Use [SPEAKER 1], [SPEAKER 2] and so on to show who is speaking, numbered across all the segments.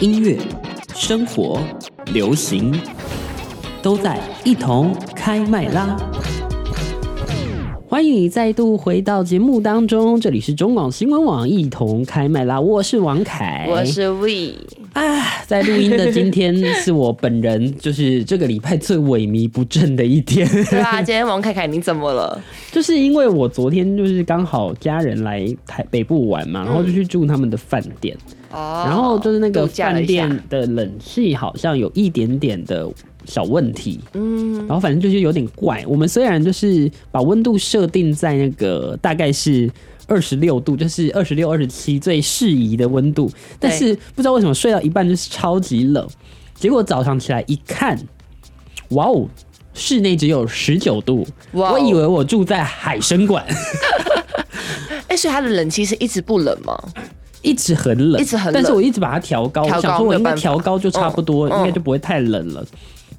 [SPEAKER 1] 音乐、生活、流行，都在一同开麦啦！欢迎你再度回到节目当中，这里是中广新闻网一同开麦啦，我是王凯，
[SPEAKER 2] 我是 We，
[SPEAKER 1] 啊，在录音的今天是我本人就是这个礼拜最萎靡不振的一 天，
[SPEAKER 2] 对啊，今天王凯凯你怎么了？
[SPEAKER 1] 就是因为我昨天就是刚好家人来台北部玩嘛，然后就去住他们的饭店，
[SPEAKER 2] 哦
[SPEAKER 1] 然后就是那个
[SPEAKER 2] 度假了
[SPEAKER 1] 饭
[SPEAKER 2] 一下
[SPEAKER 1] 店的冷气好像有一点点的小问题，嗯，然后反正就是有点怪。我们虽然就是把温度设定在那个大概是。二十六度就是二十六、二十七最适宜的温度，但
[SPEAKER 2] 对
[SPEAKER 1] 是不知道为什么睡到一半就是超级冷，结果早上起来一看，哇哦，室内只有十九度，
[SPEAKER 2] 哇哦
[SPEAKER 1] 我以为我住在海参馆，
[SPEAKER 2] 哎，所以他的冷气是一直不冷吗？
[SPEAKER 1] 一直很冷，
[SPEAKER 2] 一直很
[SPEAKER 1] 但
[SPEAKER 2] 冷
[SPEAKER 1] 是我一直把它调高，
[SPEAKER 2] 调高
[SPEAKER 1] 我想说我应
[SPEAKER 2] 没
[SPEAKER 1] 该
[SPEAKER 2] 有办法
[SPEAKER 1] 调高就差不多，
[SPEAKER 2] 嗯嗯
[SPEAKER 1] 应该就不会太冷了。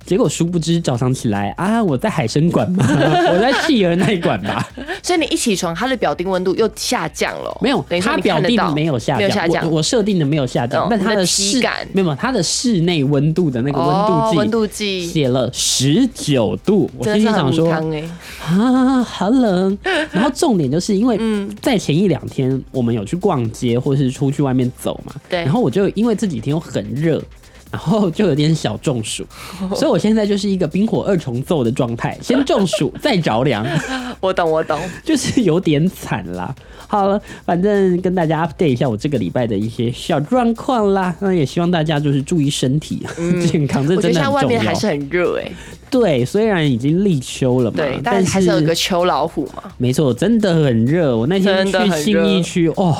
[SPEAKER 1] 结果殊不知早上起来啊，我在海参馆吧， 我在企鹅那一馆吧，
[SPEAKER 2] 所以你一起床，它的表定温度又下降了。
[SPEAKER 1] 没有
[SPEAKER 2] 等于，说
[SPEAKER 1] 它
[SPEAKER 2] 你
[SPEAKER 1] 表
[SPEAKER 2] 看得
[SPEAKER 1] 定
[SPEAKER 2] 到
[SPEAKER 1] 没有下
[SPEAKER 2] 没有
[SPEAKER 1] 降，
[SPEAKER 2] 下降
[SPEAKER 1] 我。我设定的没有下降，
[SPEAKER 2] 嗯
[SPEAKER 1] 但它
[SPEAKER 2] 你的
[SPEAKER 1] 室
[SPEAKER 2] 体感
[SPEAKER 1] 没有没有它的室内温度的那个
[SPEAKER 2] 哦
[SPEAKER 1] 温
[SPEAKER 2] 温
[SPEAKER 1] 度
[SPEAKER 2] 度
[SPEAKER 1] 计
[SPEAKER 2] 计
[SPEAKER 1] 写了十九度，我
[SPEAKER 2] 真
[SPEAKER 1] 心里
[SPEAKER 2] 的是很
[SPEAKER 1] 想
[SPEAKER 2] 无
[SPEAKER 1] 说，
[SPEAKER 2] 汤哎，
[SPEAKER 1] 啊，好 冷。然后重点就是因为
[SPEAKER 2] 嗯
[SPEAKER 1] 在前一两天我们有去逛街，或是出去外面走嘛，
[SPEAKER 2] 对
[SPEAKER 1] 然后我就因为这几天又很热。然后就有点小中 暑，所以我现在就是一个冰火二重奏的状态，先中 暑再着凉，
[SPEAKER 2] 我懂我懂。
[SPEAKER 1] 就是有点惨啦。好了，反正跟大家 update 一下我这个礼拜的一些小状况啦。那也希望大家就是注意身体、 健康，这
[SPEAKER 2] 嗯我觉
[SPEAKER 1] 真的
[SPEAKER 2] 得现在
[SPEAKER 1] 很
[SPEAKER 2] 外
[SPEAKER 1] 重
[SPEAKER 2] 面还
[SPEAKER 1] 要。
[SPEAKER 2] 是很热哎，
[SPEAKER 1] 对，虽然已经立秋了嘛，
[SPEAKER 2] 对，但
[SPEAKER 1] 嗯但
[SPEAKER 2] 还是有一个秋老虎嘛。
[SPEAKER 1] 没错，真的很热。我那天
[SPEAKER 2] 真的
[SPEAKER 1] 去
[SPEAKER 2] 很
[SPEAKER 1] 信
[SPEAKER 2] 热
[SPEAKER 1] 义区，哦，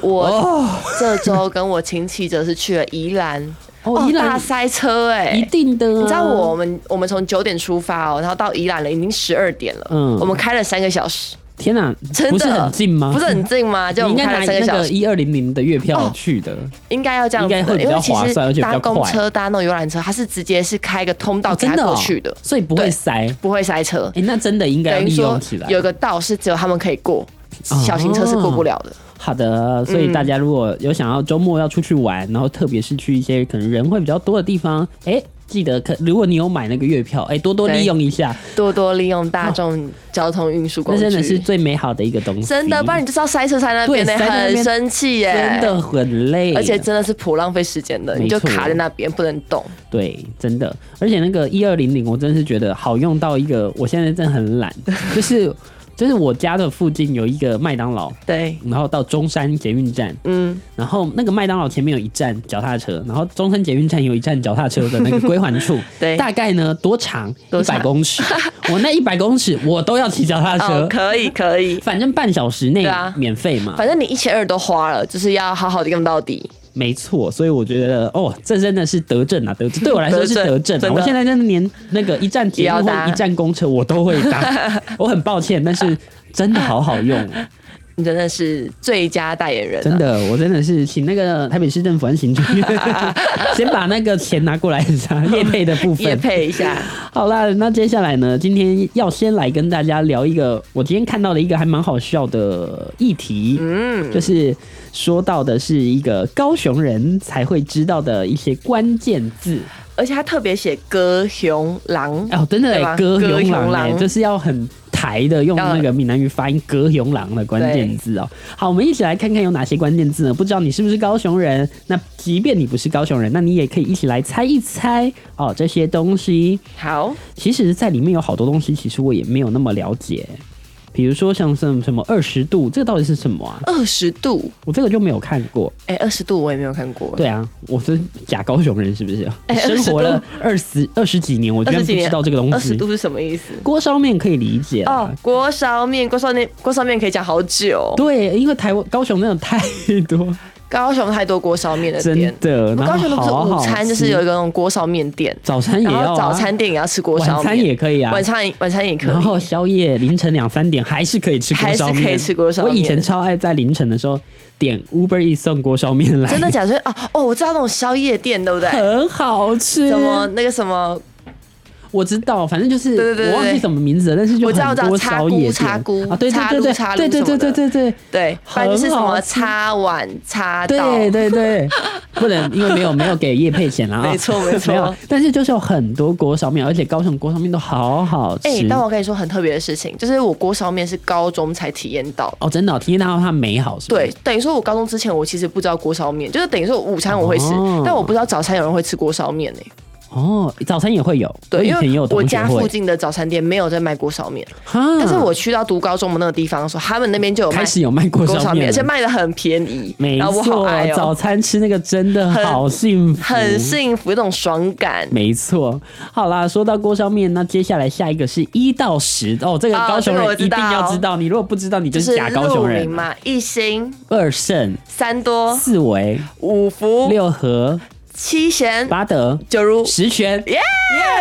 [SPEAKER 2] 我这周跟我亲戚则是去了宜兰，
[SPEAKER 1] 哦宜兰
[SPEAKER 2] 大塞车哎，
[SPEAKER 1] 一定的、啊，
[SPEAKER 2] 你知道我们我们从九点出发哦，然后到宜兰了，已经十二点了。
[SPEAKER 1] 嗯
[SPEAKER 2] 嗯，我们开了三个小时，
[SPEAKER 1] 天哪、
[SPEAKER 2] 真的
[SPEAKER 1] 不是很近吗？
[SPEAKER 2] 不是很近吗？就我
[SPEAKER 1] 你应
[SPEAKER 2] 们
[SPEAKER 1] 该拿
[SPEAKER 2] 开了三个
[SPEAKER 1] 那
[SPEAKER 2] 小
[SPEAKER 1] 个
[SPEAKER 2] 时，
[SPEAKER 1] 一二零零的月票
[SPEAKER 2] 哦
[SPEAKER 1] 去的，
[SPEAKER 2] 应该要这样子
[SPEAKER 1] 应该会
[SPEAKER 2] 的，
[SPEAKER 1] 比
[SPEAKER 2] 因
[SPEAKER 1] 较
[SPEAKER 2] 为其
[SPEAKER 1] 划
[SPEAKER 2] 实
[SPEAKER 1] 算而且比较
[SPEAKER 2] 搭公
[SPEAKER 1] 快
[SPEAKER 2] 车、搭那种游览车，它是直接是开个通道给
[SPEAKER 1] 真
[SPEAKER 2] 它
[SPEAKER 1] 的、哦、
[SPEAKER 2] 过去的，
[SPEAKER 1] 所以不会
[SPEAKER 2] 对
[SPEAKER 1] 塞。哎、
[SPEAKER 2] 不会塞车。
[SPEAKER 1] 那真的应该要
[SPEAKER 2] 等于
[SPEAKER 1] 利
[SPEAKER 2] 说
[SPEAKER 1] 用起来。哦
[SPEAKER 2] 有个道是只有他们可以过，小型车是过不了的。
[SPEAKER 1] 好的，所以大家如果有想要周末要出去玩，然后特别是去一些可能人会比较多的地方，哎、记得可如果你有买那个月票，哎、多多利
[SPEAKER 2] 对
[SPEAKER 1] 用一下，
[SPEAKER 2] 多多利用大众交通运输
[SPEAKER 1] 那
[SPEAKER 2] 工具，
[SPEAKER 1] 真的是最美好的一个东西。
[SPEAKER 2] 真的，不然你就是要塞车塞那边
[SPEAKER 1] 对塞
[SPEAKER 2] 的，
[SPEAKER 1] 在那边
[SPEAKER 2] 很生气耶。
[SPEAKER 1] 真的很累，
[SPEAKER 2] 而且真的是颇浪费时间的，你就
[SPEAKER 1] 没错
[SPEAKER 2] 卡在那边不能动。
[SPEAKER 1] 对，真的，而且那个一二零零，我真是觉得好用到一个，我现在真的很懒，就是 就是我家的附近有一个麦当劳，
[SPEAKER 2] 对，
[SPEAKER 1] 然后到中山捷运站，
[SPEAKER 2] 嗯，，
[SPEAKER 1] 然后那个麦当劳前面有一站脚踏车，然后中山捷运站有一站脚踏车的那个归还处
[SPEAKER 2] 对
[SPEAKER 1] 大概呢多长？
[SPEAKER 2] 多
[SPEAKER 1] 一百
[SPEAKER 2] 长
[SPEAKER 1] 公尺，我那一百公尺我都要骑脚踏 车，，
[SPEAKER 2] 哦 可以可以，
[SPEAKER 1] 反正半小时内
[SPEAKER 2] 对啊
[SPEAKER 1] 免费嘛，
[SPEAKER 2] 反正你一千二都花了，就是要好好的用到底。
[SPEAKER 1] 没错，所以我觉得哦，这真的是德政啊，德政对我来说是德
[SPEAKER 2] 德
[SPEAKER 1] 政
[SPEAKER 2] 政
[SPEAKER 1] 啊。
[SPEAKER 2] 真
[SPEAKER 1] 我
[SPEAKER 2] 的
[SPEAKER 1] 现在真的连那个一站捷
[SPEAKER 2] 也
[SPEAKER 1] 运
[SPEAKER 2] 要搭
[SPEAKER 1] 或一站公车我都会 搭，我很抱歉，但是真的好好用哦，
[SPEAKER 2] 你真的是最佳代言人、啊，
[SPEAKER 1] 真的，我真的是请那个台北市政府和行政院 先把那个钱拿过来一 下，业配的部
[SPEAKER 2] 也
[SPEAKER 1] 分。
[SPEAKER 2] 配一下。
[SPEAKER 1] 好啦，那接下来呢，今天要先来跟大家聊一个我今天看到的一个还蛮好笑的议题，嗯，就是说到的是一个高雄人才会知道的一些关键字。
[SPEAKER 2] 而且他特别写歌雄狼，
[SPEAKER 1] 哦，真的欸，
[SPEAKER 2] 对吧
[SPEAKER 1] 歌
[SPEAKER 2] 歌
[SPEAKER 1] 雄
[SPEAKER 2] 雄
[SPEAKER 1] 狼欸，
[SPEAKER 2] 狼
[SPEAKER 1] 就是要很台的用
[SPEAKER 2] 要
[SPEAKER 1] 那个闽南语发音“歌雄狼”的关键字哦。好，我们一起来看看有哪些关键字呢？不知道你是不是高雄人？那即便你不是高雄人，那你也可以一起来猜一猜哦。这些东西，
[SPEAKER 2] 好，
[SPEAKER 1] 其实在里面有好多东西，其实我也没有那么了解。比如说像什么什么二十度，这个到底是什么啊？
[SPEAKER 2] 二十度，
[SPEAKER 1] 我这个就没有看过。
[SPEAKER 2] 哎、2二十度我也没有看过，
[SPEAKER 1] 对啊，我是假高雄人是不是？
[SPEAKER 2] 哎
[SPEAKER 1] 生活
[SPEAKER 2] 20度
[SPEAKER 1] 了二十二十几年，我居
[SPEAKER 2] 二
[SPEAKER 1] 然
[SPEAKER 2] 十
[SPEAKER 1] 不
[SPEAKER 2] 几年
[SPEAKER 1] 知道这个东
[SPEAKER 2] 二十
[SPEAKER 1] 西。
[SPEAKER 2] 度是什么意思？
[SPEAKER 1] 锅烧面可以理解啊啦
[SPEAKER 2] 哦，锅烧面，锅烧面，锅烧面可以讲好久。
[SPEAKER 1] 对，因为台湾高雄真的太多，
[SPEAKER 2] 高雄太多锅烧面的
[SPEAKER 1] 真
[SPEAKER 2] 店，
[SPEAKER 1] 的。
[SPEAKER 2] 我
[SPEAKER 1] 然
[SPEAKER 2] 们
[SPEAKER 1] 后
[SPEAKER 2] 高雄都不是
[SPEAKER 1] 好啊好
[SPEAKER 2] 午餐，就是
[SPEAKER 1] 吃
[SPEAKER 2] 有一个那种锅烧面店，
[SPEAKER 1] 早餐也
[SPEAKER 2] 然
[SPEAKER 1] 要、啊，
[SPEAKER 2] 后早餐店也要吃锅
[SPEAKER 1] 晚
[SPEAKER 2] 烧面，
[SPEAKER 1] 餐也可以啊，
[SPEAKER 2] 晚餐晚餐也可
[SPEAKER 1] 然后
[SPEAKER 2] 以。
[SPEAKER 1] 宵夜凌晨两三点还是可以吃锅烧面，
[SPEAKER 2] 还是可以吃锅烧面
[SPEAKER 1] 我以前超爱在凌晨的时候点 Uber E 送锅烧面来，
[SPEAKER 2] 真的假的？所以哦哦，我知道那种宵夜店，对 不对？
[SPEAKER 1] 很好 吃。
[SPEAKER 2] 什么那个什么
[SPEAKER 1] 我知道，反正就是
[SPEAKER 2] 对对对对
[SPEAKER 1] 我忘记什么名字了，但是就
[SPEAKER 2] 我知道
[SPEAKER 1] 很多
[SPEAKER 2] 我知道
[SPEAKER 1] 宵夜店
[SPEAKER 2] 茶菇茶菇
[SPEAKER 1] 啊，对对
[SPEAKER 2] 茶
[SPEAKER 1] 对
[SPEAKER 2] 露
[SPEAKER 1] 对
[SPEAKER 2] 茶露
[SPEAKER 1] 对对
[SPEAKER 2] 什
[SPEAKER 1] 对
[SPEAKER 2] 么
[SPEAKER 1] 对
[SPEAKER 2] 的
[SPEAKER 1] 对对
[SPEAKER 2] 对，反正就是什
[SPEAKER 1] 很好
[SPEAKER 2] 么
[SPEAKER 1] 吃
[SPEAKER 2] 擦碗、擦刀，
[SPEAKER 1] 对对对，不能因为没有没有给叶配钱了啊。
[SPEAKER 2] 没错没错
[SPEAKER 1] 没有，但是就是有很多锅烧面，而且高雄锅烧面都好好吃。
[SPEAKER 2] 哎、但我跟你说很特别的事情，就是我锅烧面是高中才体验到。
[SPEAKER 1] 哦，真的、哦，体验到它美好是不是
[SPEAKER 2] 对，，等于说我高中之前我其实不知道锅烧面，就是等于说午餐我会吃，
[SPEAKER 1] 哦
[SPEAKER 2] 但我不知道早餐有人会吃锅烧面呢。欸
[SPEAKER 1] 哦，早餐也会有，我
[SPEAKER 2] 对，
[SPEAKER 1] 以
[SPEAKER 2] 因
[SPEAKER 1] 前也
[SPEAKER 2] 为
[SPEAKER 1] 有
[SPEAKER 2] 我
[SPEAKER 1] 同学
[SPEAKER 2] 家附
[SPEAKER 1] 会，
[SPEAKER 2] 近的早餐店没有在卖锅烧面，
[SPEAKER 1] 哈
[SPEAKER 2] 但是我去到读高中的那个地方的时候，他们那边就有卖
[SPEAKER 1] 开始有卖锅
[SPEAKER 2] 锅烧
[SPEAKER 1] 烧
[SPEAKER 2] 面，
[SPEAKER 1] 面
[SPEAKER 2] 而且
[SPEAKER 1] 了，
[SPEAKER 2] 卖的很便宜，
[SPEAKER 1] 没
[SPEAKER 2] 然后我好
[SPEAKER 1] 错
[SPEAKER 2] 爱，
[SPEAKER 1] 早
[SPEAKER 2] 哦，
[SPEAKER 1] 餐吃那个真的
[SPEAKER 2] 很
[SPEAKER 1] 好幸福，
[SPEAKER 2] 很幸福，有种爽感。
[SPEAKER 1] 没错，好啦，说到锅烧面，那接下来下一个是一到十哦，这个
[SPEAKER 2] 哦
[SPEAKER 1] 高雄
[SPEAKER 2] 这个我
[SPEAKER 1] 人
[SPEAKER 2] 知
[SPEAKER 1] 一定要
[SPEAKER 2] 道
[SPEAKER 1] 知道，你如果不知道，你就
[SPEAKER 2] 就是是
[SPEAKER 1] 假高
[SPEAKER 2] 鹿哦
[SPEAKER 1] 雄
[SPEAKER 2] 鸣
[SPEAKER 1] 人。啊
[SPEAKER 2] 嘛，一星
[SPEAKER 1] 二胜
[SPEAKER 2] 三多
[SPEAKER 1] 四维
[SPEAKER 2] 五福
[SPEAKER 1] 六合
[SPEAKER 2] 七贤
[SPEAKER 1] 八德
[SPEAKER 2] 九如，
[SPEAKER 1] 十全，
[SPEAKER 2] 耶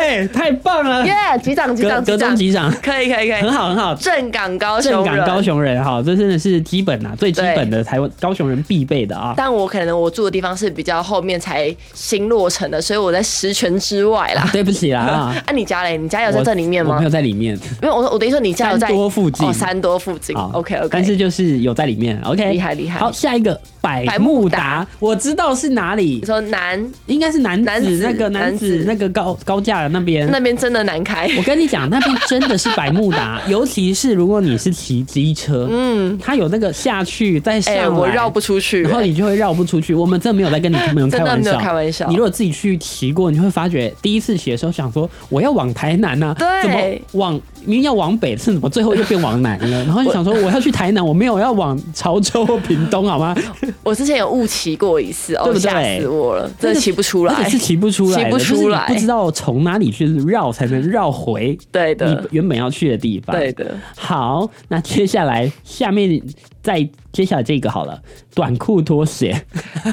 [SPEAKER 1] 耶，太棒了，
[SPEAKER 2] 耶！局长，局
[SPEAKER 1] 格
[SPEAKER 2] 长，
[SPEAKER 1] 格
[SPEAKER 2] 局
[SPEAKER 1] 中
[SPEAKER 2] 长，
[SPEAKER 1] 击掌，
[SPEAKER 2] 可以，可以，可
[SPEAKER 1] 很
[SPEAKER 2] 以。
[SPEAKER 1] 好很好。
[SPEAKER 2] 正港高
[SPEAKER 1] 正
[SPEAKER 2] 雄
[SPEAKER 1] 港
[SPEAKER 2] 人，
[SPEAKER 1] 高雄人哈，这真的是基本呐、最基
[SPEAKER 2] 对
[SPEAKER 1] 本的台湾高雄人必备的啊。
[SPEAKER 2] 但我可能我住的地方是比较后面才新落成的，所以我在十全之外啦。
[SPEAKER 1] 对不起啦啊，
[SPEAKER 2] 啊，你家嘞？你家 有在
[SPEAKER 1] 我
[SPEAKER 2] 这里面
[SPEAKER 1] 我
[SPEAKER 2] 吗
[SPEAKER 1] 没？有在里面，
[SPEAKER 2] 没有，我说我等于说你家有在
[SPEAKER 1] 三多附近
[SPEAKER 2] 哦，三多附近。
[SPEAKER 1] 好
[SPEAKER 2] OK OK，
[SPEAKER 1] 但是就是有在里面，OK，
[SPEAKER 2] 厉害厉害
[SPEAKER 1] 好，下一个百
[SPEAKER 2] 百
[SPEAKER 1] 慕
[SPEAKER 2] 慕
[SPEAKER 1] 达，我知道是哪里
[SPEAKER 2] 你，说南
[SPEAKER 1] 应该是男
[SPEAKER 2] 男
[SPEAKER 1] 子
[SPEAKER 2] 子
[SPEAKER 1] 那个男
[SPEAKER 2] 男
[SPEAKER 1] 子
[SPEAKER 2] 子
[SPEAKER 1] 那个高高架的那边。
[SPEAKER 2] 那边真的难开，
[SPEAKER 1] 我跟你讲，那边真的是百慕达，尤其是如果你是骑机车，嗯，它有那个下去再上
[SPEAKER 2] 哎、
[SPEAKER 1] 来，
[SPEAKER 2] 我绕不出去、
[SPEAKER 1] 欸
[SPEAKER 2] 欸
[SPEAKER 1] 然后你就会绕不出去。我们真的没有在跟你朋友
[SPEAKER 2] 真
[SPEAKER 1] 开
[SPEAKER 2] 的
[SPEAKER 1] 玩
[SPEAKER 2] 没
[SPEAKER 1] 笑，
[SPEAKER 2] 有开玩笑
[SPEAKER 1] 你如果自己去骑过，你会发觉第一次骑的时候想说，我要往台南呐、
[SPEAKER 2] 对
[SPEAKER 1] 怎么往明明要往北，是怎么最后又变往南 了？然后你想说，我要去台南，我没有要往潮州或屏东，好吗？
[SPEAKER 2] 我之前有误骑过一次，
[SPEAKER 1] 对
[SPEAKER 2] 哦，
[SPEAKER 1] 不对
[SPEAKER 2] 吓死我了， 真
[SPEAKER 1] 那
[SPEAKER 2] 的
[SPEAKER 1] 个
[SPEAKER 2] 骑不出
[SPEAKER 1] 而且
[SPEAKER 2] 来
[SPEAKER 1] 是。骑不出来的，
[SPEAKER 2] 骑不出来
[SPEAKER 1] 就是你不知道从哪里去绕才能绕回
[SPEAKER 2] 对
[SPEAKER 1] 你
[SPEAKER 2] 的，
[SPEAKER 1] 原本要去的地方。
[SPEAKER 2] 对， 的，
[SPEAKER 1] 好，那接下来下面再接下来这个好了，短裤拖鞋，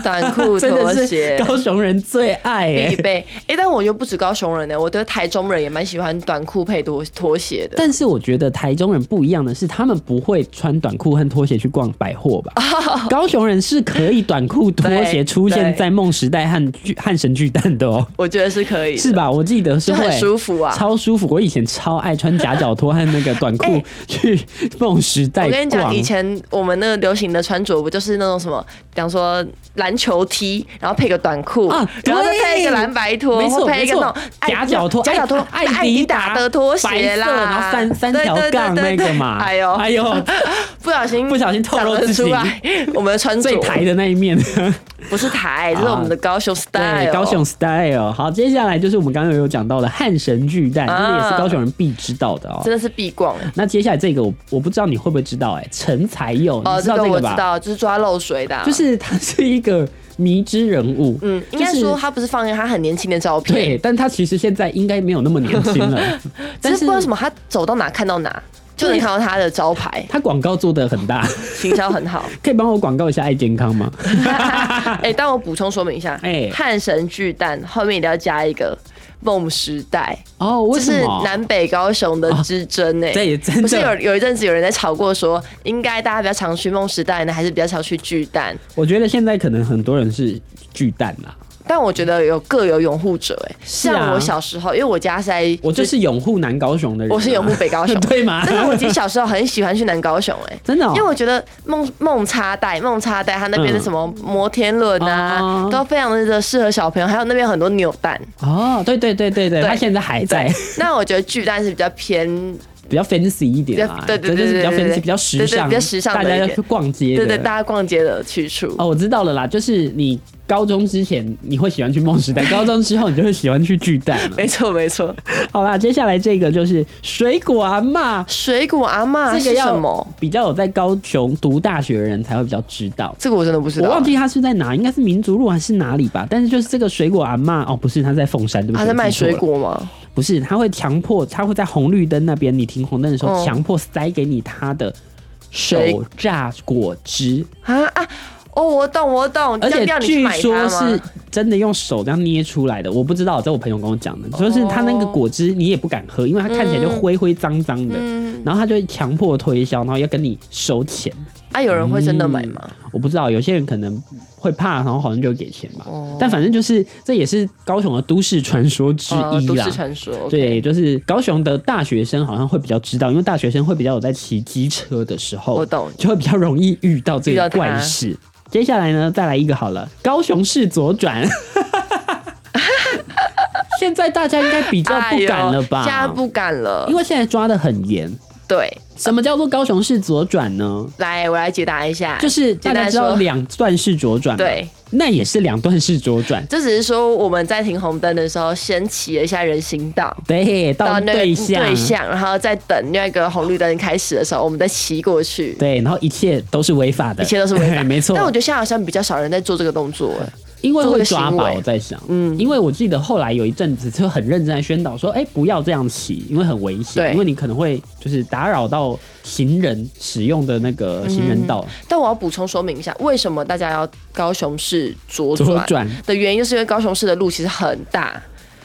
[SPEAKER 2] 短 裤
[SPEAKER 1] 真
[SPEAKER 2] 拖
[SPEAKER 1] 的是
[SPEAKER 2] 鞋。
[SPEAKER 1] 高雄人最爱哎、
[SPEAKER 2] 必备，哎、但我就不止高雄人呢、我觉得台中人也蛮喜欢短裤配拖拖鞋的。
[SPEAKER 1] 但是我觉得台中人不一样的是，他们不会穿短裤和拖鞋去逛百货吧？
[SPEAKER 2] 哦
[SPEAKER 1] 高雄人是可以短裤拖鞋
[SPEAKER 2] 对
[SPEAKER 1] 出现
[SPEAKER 2] 对
[SPEAKER 1] 在梦时代和 巨汉神巨蛋的哦，
[SPEAKER 2] 我觉得是可以的，
[SPEAKER 1] 是吧？我记得是
[SPEAKER 2] 就
[SPEAKER 1] 会
[SPEAKER 2] 很舒服啊。
[SPEAKER 1] 超舒服。我以前超爱穿夹脚拖和那个短 裤去梦时代
[SPEAKER 2] 哎我跟你讲，
[SPEAKER 1] 逛
[SPEAKER 2] 以。前我们那个流行的穿着不就是那种什么，比方说篮球 T，然后配个短裤，
[SPEAKER 1] 啊
[SPEAKER 2] 然后再
[SPEAKER 1] 对
[SPEAKER 2] 配一个蓝白拖，
[SPEAKER 1] 没错
[SPEAKER 2] 或配一个
[SPEAKER 1] 没错
[SPEAKER 2] 那种爱
[SPEAKER 1] 夹脚拖
[SPEAKER 2] 夹脚拖、
[SPEAKER 1] 爱
[SPEAKER 2] 爱
[SPEAKER 1] 迪
[SPEAKER 2] 迪
[SPEAKER 1] 达
[SPEAKER 2] 达的拖
[SPEAKER 1] 白
[SPEAKER 2] 鞋
[SPEAKER 1] 色，
[SPEAKER 2] 啦，
[SPEAKER 1] 然后三三
[SPEAKER 2] 对
[SPEAKER 1] 条
[SPEAKER 2] 对对
[SPEAKER 1] 杠
[SPEAKER 2] 对
[SPEAKER 1] 那
[SPEAKER 2] 对
[SPEAKER 1] 个嘛，
[SPEAKER 2] 哎呦，
[SPEAKER 1] 哎呦，
[SPEAKER 2] 不小心
[SPEAKER 1] 不小心透露
[SPEAKER 2] 讲
[SPEAKER 1] 自
[SPEAKER 2] 得
[SPEAKER 1] 己
[SPEAKER 2] 出来，我们的穿着
[SPEAKER 1] 最台的那一 面，
[SPEAKER 2] 不是台，这是我们的高雄 style，
[SPEAKER 1] 对，高雄 style。好，接下来就是我们刚刚有讲到的汉神巨蛋，这个也是
[SPEAKER 2] 啊
[SPEAKER 1] 高雄人必知道的哦。
[SPEAKER 2] 真的是必逛。
[SPEAKER 1] 那接下来这个我我不知道你会不会知道、哎，陈才佑，
[SPEAKER 2] 哦，
[SPEAKER 1] 你知
[SPEAKER 2] 这
[SPEAKER 1] 道
[SPEAKER 2] 个
[SPEAKER 1] 这
[SPEAKER 2] 我
[SPEAKER 1] 个
[SPEAKER 2] 知
[SPEAKER 1] 吧？
[SPEAKER 2] 道，就是抓漏水的啊，
[SPEAKER 1] 就是他是一个迷之人物，
[SPEAKER 2] 嗯，应该
[SPEAKER 1] 就是
[SPEAKER 2] 说他不是放映他很年轻的照片，
[SPEAKER 1] 对，但他其实现在应该没有那么年轻 了，
[SPEAKER 2] 只
[SPEAKER 1] 但
[SPEAKER 2] 是
[SPEAKER 1] 是
[SPEAKER 2] 不知道为什么他走到哪看到哪，就能
[SPEAKER 1] 对
[SPEAKER 2] 看到他的招 牌，
[SPEAKER 1] 他广告做的很大，
[SPEAKER 2] 行销很好。
[SPEAKER 1] 可以帮我广告一下爱健康吗？
[SPEAKER 2] 哎、但我补充说明一下，
[SPEAKER 1] 哎
[SPEAKER 2] 汉神巨蛋后面一定要加一个梦时代，
[SPEAKER 1] 哦，为
[SPEAKER 2] 这
[SPEAKER 1] 什
[SPEAKER 2] 是
[SPEAKER 1] 么？
[SPEAKER 2] 南北高雄的之争呢、
[SPEAKER 1] 对，真
[SPEAKER 2] 不是有
[SPEAKER 1] 的，
[SPEAKER 2] 有一阵子有人在吵过说，应该大家比较常去梦时代呢，还是比较常去巨蛋？
[SPEAKER 1] 我觉得现在可能很多人是巨蛋啦，
[SPEAKER 2] 但我觉得有各有拥护者、哎，
[SPEAKER 1] 啊
[SPEAKER 2] 像我小时候，因为我家是在，
[SPEAKER 1] 我就是拥护南高雄的人啊，
[SPEAKER 2] 我是拥护北高雄，
[SPEAKER 1] 对吗？
[SPEAKER 2] 但是我其实小时候很喜欢去南高雄、哎。
[SPEAKER 1] 真的哦，
[SPEAKER 2] 因为我觉得梦梦插带梦插带，它那边的
[SPEAKER 1] 嗯
[SPEAKER 2] 什么摩天轮啊，
[SPEAKER 1] 哦
[SPEAKER 2] 都非常的适合小朋友，还有那边有很多扭蛋。
[SPEAKER 1] 哦，对对对对对，
[SPEAKER 2] 对
[SPEAKER 1] 他现在还在，
[SPEAKER 2] 那我觉得巨蛋是比较偏，
[SPEAKER 1] 比较 fancy 一点啊，
[SPEAKER 2] 比较对对对
[SPEAKER 1] 就是比较
[SPEAKER 2] 对对对
[SPEAKER 1] fancy，比较时
[SPEAKER 2] 对
[SPEAKER 1] 尚，
[SPEAKER 2] 对比较时尚的
[SPEAKER 1] 大
[SPEAKER 2] 一
[SPEAKER 1] 家
[SPEAKER 2] 点
[SPEAKER 1] 要去逛街的。
[SPEAKER 2] 对对，大家逛街的去处。
[SPEAKER 1] 哦，我知道了啦，就是你高中之前你会喜欢去梦时代，高中之后你就会喜欢去巨蛋了。
[SPEAKER 2] 没错 没错，
[SPEAKER 1] 好啦，接下来这个就是水果阿嬷，
[SPEAKER 2] 水果阿嬷
[SPEAKER 1] 这个
[SPEAKER 2] 啊是
[SPEAKER 1] 要
[SPEAKER 2] 什么？
[SPEAKER 1] 比较有在高雄读大学的人才会比较知道。
[SPEAKER 2] 这个我真的不知
[SPEAKER 1] 我
[SPEAKER 2] 道啊
[SPEAKER 1] 忘。记他是在哪，应该是民族路还是哪里吧？但是就是这个水果阿嬷，哦，不是，他在凤山，对不起，
[SPEAKER 2] 他啊在卖
[SPEAKER 1] 我记错
[SPEAKER 2] 水
[SPEAKER 1] 了，
[SPEAKER 2] 果吗？
[SPEAKER 1] 不是，他会强迫，他会在红绿灯那边，你停红灯的时候，
[SPEAKER 2] 哦
[SPEAKER 1] 强、迫塞给你他的
[SPEAKER 2] 水
[SPEAKER 1] 手榨果汁，
[SPEAKER 2] 啊啊！哦，我懂我懂，
[SPEAKER 1] 而
[SPEAKER 2] 要
[SPEAKER 1] 且
[SPEAKER 2] 不要你去
[SPEAKER 1] 据
[SPEAKER 2] 买
[SPEAKER 1] 说
[SPEAKER 2] 它
[SPEAKER 1] 是
[SPEAKER 2] 吗？
[SPEAKER 1] 真的用手这样捏出来的，我不知道，这我朋友跟我讲的，
[SPEAKER 2] 哦
[SPEAKER 1] 就是他那个果汁你也不敢喝，因为它看起来就灰灰脏脏的，
[SPEAKER 2] 嗯
[SPEAKER 1] 然后他就会强迫推销，然后要跟你收钱。
[SPEAKER 2] 啊，有人会真的买吗？
[SPEAKER 1] 我不知道，有些人可能会怕，然后好像就给钱吧。
[SPEAKER 2] 哦
[SPEAKER 1] 但反正就是这也是高雄的都市传说嗯之
[SPEAKER 2] 啊，
[SPEAKER 1] 一
[SPEAKER 2] 都
[SPEAKER 1] 啦。
[SPEAKER 2] 市传说。
[SPEAKER 1] 对，就是高雄的大学生好像会比较知道，因为大学生会比较有在骑机车的时候，
[SPEAKER 2] 我懂
[SPEAKER 1] 就会比较容易遇到这
[SPEAKER 2] 遇
[SPEAKER 1] 个
[SPEAKER 2] 到它
[SPEAKER 1] 怪事。接下来呢，再来一个好了，高雄市左转。 现在大家应该比较不敢了吧？
[SPEAKER 2] 哎呦现在不敢了
[SPEAKER 1] 因。为现在抓的很严。
[SPEAKER 2] 对，
[SPEAKER 1] 什么叫做高雄市左转呢？
[SPEAKER 2] 来，我来解答一下，
[SPEAKER 1] 就是大
[SPEAKER 2] 简
[SPEAKER 1] 家
[SPEAKER 2] 单
[SPEAKER 1] 知道
[SPEAKER 2] 说，
[SPEAKER 1] 两段式左转，
[SPEAKER 2] 对，
[SPEAKER 1] 那也是两段式左转。
[SPEAKER 2] 这只是说我们在停红灯的时候，先骑了一下人行道。
[SPEAKER 1] 对，到
[SPEAKER 2] 到那个
[SPEAKER 1] 哦对象，
[SPEAKER 2] 对象，然后再等那个红绿灯开始的时候，我们再骑过去。
[SPEAKER 1] 对然后一切都是违法的，
[SPEAKER 2] 一切都是违 法，
[SPEAKER 1] 没错。
[SPEAKER 2] 但我觉得现在好像比较少人在做这个动作，哎
[SPEAKER 1] 因为
[SPEAKER 2] 做
[SPEAKER 1] 会
[SPEAKER 2] 个
[SPEAKER 1] 抓
[SPEAKER 2] 行
[SPEAKER 1] 吧，
[SPEAKER 2] 为
[SPEAKER 1] 我在想，嗯，因为我记得后来有一阵子就很认真在宣导说，哎、不要这样骑，因为很危险，
[SPEAKER 2] 对
[SPEAKER 1] 因为你可能会就是打扰到行人使用的那个行人道。
[SPEAKER 2] 但我要补充说明一下，为什么大家要高雄市左
[SPEAKER 1] 左
[SPEAKER 2] 转
[SPEAKER 1] 转
[SPEAKER 2] 的原因，就是因为高雄市的路其实很大，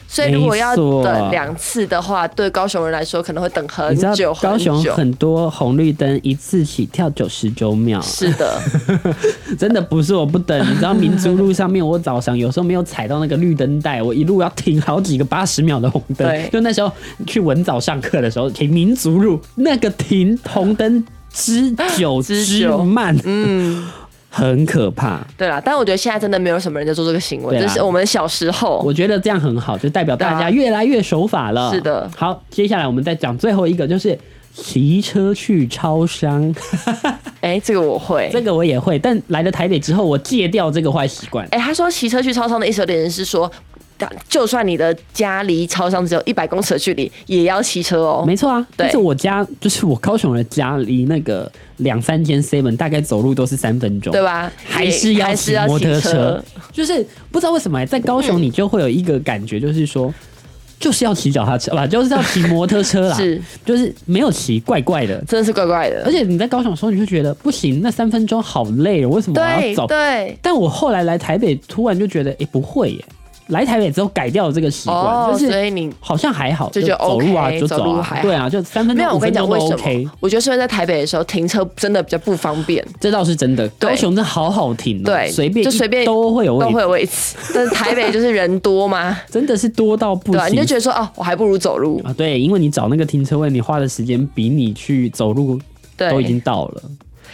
[SPEAKER 2] 所以如果
[SPEAKER 1] 没
[SPEAKER 2] 要
[SPEAKER 1] 错
[SPEAKER 2] 等两次的话，对高雄人来说可能会等很
[SPEAKER 1] 你知道
[SPEAKER 2] 久
[SPEAKER 1] 高
[SPEAKER 2] 很
[SPEAKER 1] 雄
[SPEAKER 2] 久。
[SPEAKER 1] 很多红绿灯一次起跳九十九秒，
[SPEAKER 2] 是 的，
[SPEAKER 1] 真的不是我不等。你知道民族路上面，我早上有时候没有踩到那个绿灯带，我一路要停好几个八十秒的红灯
[SPEAKER 2] 对。
[SPEAKER 1] 就那时候去文早上课的时候，停民族路那个停红灯之久
[SPEAKER 2] 之
[SPEAKER 1] 之
[SPEAKER 2] 久
[SPEAKER 1] 慢，
[SPEAKER 2] 嗯，
[SPEAKER 1] 很可怕。
[SPEAKER 2] 对啦。但我觉得现在真的没有什么人在做这个行为，
[SPEAKER 1] 对啦啊
[SPEAKER 2] 就是我们小时候
[SPEAKER 1] 我觉得这样很好，就代表大
[SPEAKER 2] 对
[SPEAKER 1] 家
[SPEAKER 2] 啊
[SPEAKER 1] 越来越守法了。
[SPEAKER 2] 是的
[SPEAKER 1] 好，接下来我们再讲最后一个，就是骑车去超商，
[SPEAKER 2] 哎、这个我会。
[SPEAKER 1] 这个我也会，但来了台北之后，我戒掉这个坏习惯。
[SPEAKER 2] 哎、他说骑车去超商的意思有点是说，啊就算你的家离超商只有一百公尺的距离，也要骑车哦。
[SPEAKER 1] 没错啊，
[SPEAKER 2] 对
[SPEAKER 1] 但是我家就是我高雄的家，离那个两三间 seven 大概走路都是三分钟，
[SPEAKER 2] 对？吧？
[SPEAKER 1] 还
[SPEAKER 2] 也
[SPEAKER 1] 是要
[SPEAKER 2] 还
[SPEAKER 1] 骑
[SPEAKER 2] 是要
[SPEAKER 1] 摩
[SPEAKER 2] 骑
[SPEAKER 1] 托
[SPEAKER 2] 车嗯
[SPEAKER 1] 车，，就是不知道为什么、在高雄你就会有一个感觉，就是说。就是要骑脚踏车吧，就是要骑摩托车啦，
[SPEAKER 2] 是
[SPEAKER 1] 就是没有骑怪怪的，
[SPEAKER 2] 真的是怪怪的
[SPEAKER 1] 而。且你在高雄的时候，你就觉得不行，那三分钟好累哦，为什么我要
[SPEAKER 2] 对
[SPEAKER 1] 走？
[SPEAKER 2] 对，
[SPEAKER 1] 但我后来来台北，突然就觉得，哎、不会耶！来台北之后改掉了这个习惯，
[SPEAKER 2] 哦，
[SPEAKER 1] 就
[SPEAKER 2] 所
[SPEAKER 1] 是
[SPEAKER 2] 以你
[SPEAKER 1] 好像还好，
[SPEAKER 2] 就觉得
[SPEAKER 1] 走路啊，
[SPEAKER 2] OK，
[SPEAKER 1] 就走
[SPEAKER 2] 走路
[SPEAKER 1] 啊，
[SPEAKER 2] 还好
[SPEAKER 1] 对啊，就三分
[SPEAKER 2] 没
[SPEAKER 1] 钟、
[SPEAKER 2] 有，我
[SPEAKER 1] 五
[SPEAKER 2] 跟
[SPEAKER 1] 分
[SPEAKER 2] 你讲
[SPEAKER 1] 钟都
[SPEAKER 2] 为什
[SPEAKER 1] OK，
[SPEAKER 2] 么？我觉得是因为在台北的时候停车真的比较不方便，
[SPEAKER 1] 这倒是真的。
[SPEAKER 2] 对
[SPEAKER 1] 高雄真的好好停哦、
[SPEAKER 2] 对
[SPEAKER 1] 随便
[SPEAKER 2] 就
[SPEAKER 1] 一
[SPEAKER 2] 随便
[SPEAKER 1] 都会有位
[SPEAKER 2] 都会
[SPEAKER 1] 置，
[SPEAKER 2] 有位置。但是台北就是人多嘛，
[SPEAKER 1] 真的是多到不行。
[SPEAKER 2] 对吧？你就觉得说哦，我还不如走路。
[SPEAKER 1] 啊，对，因为你找那个停车位，你花的时间比你去走路
[SPEAKER 2] 对，
[SPEAKER 1] 都已经到了，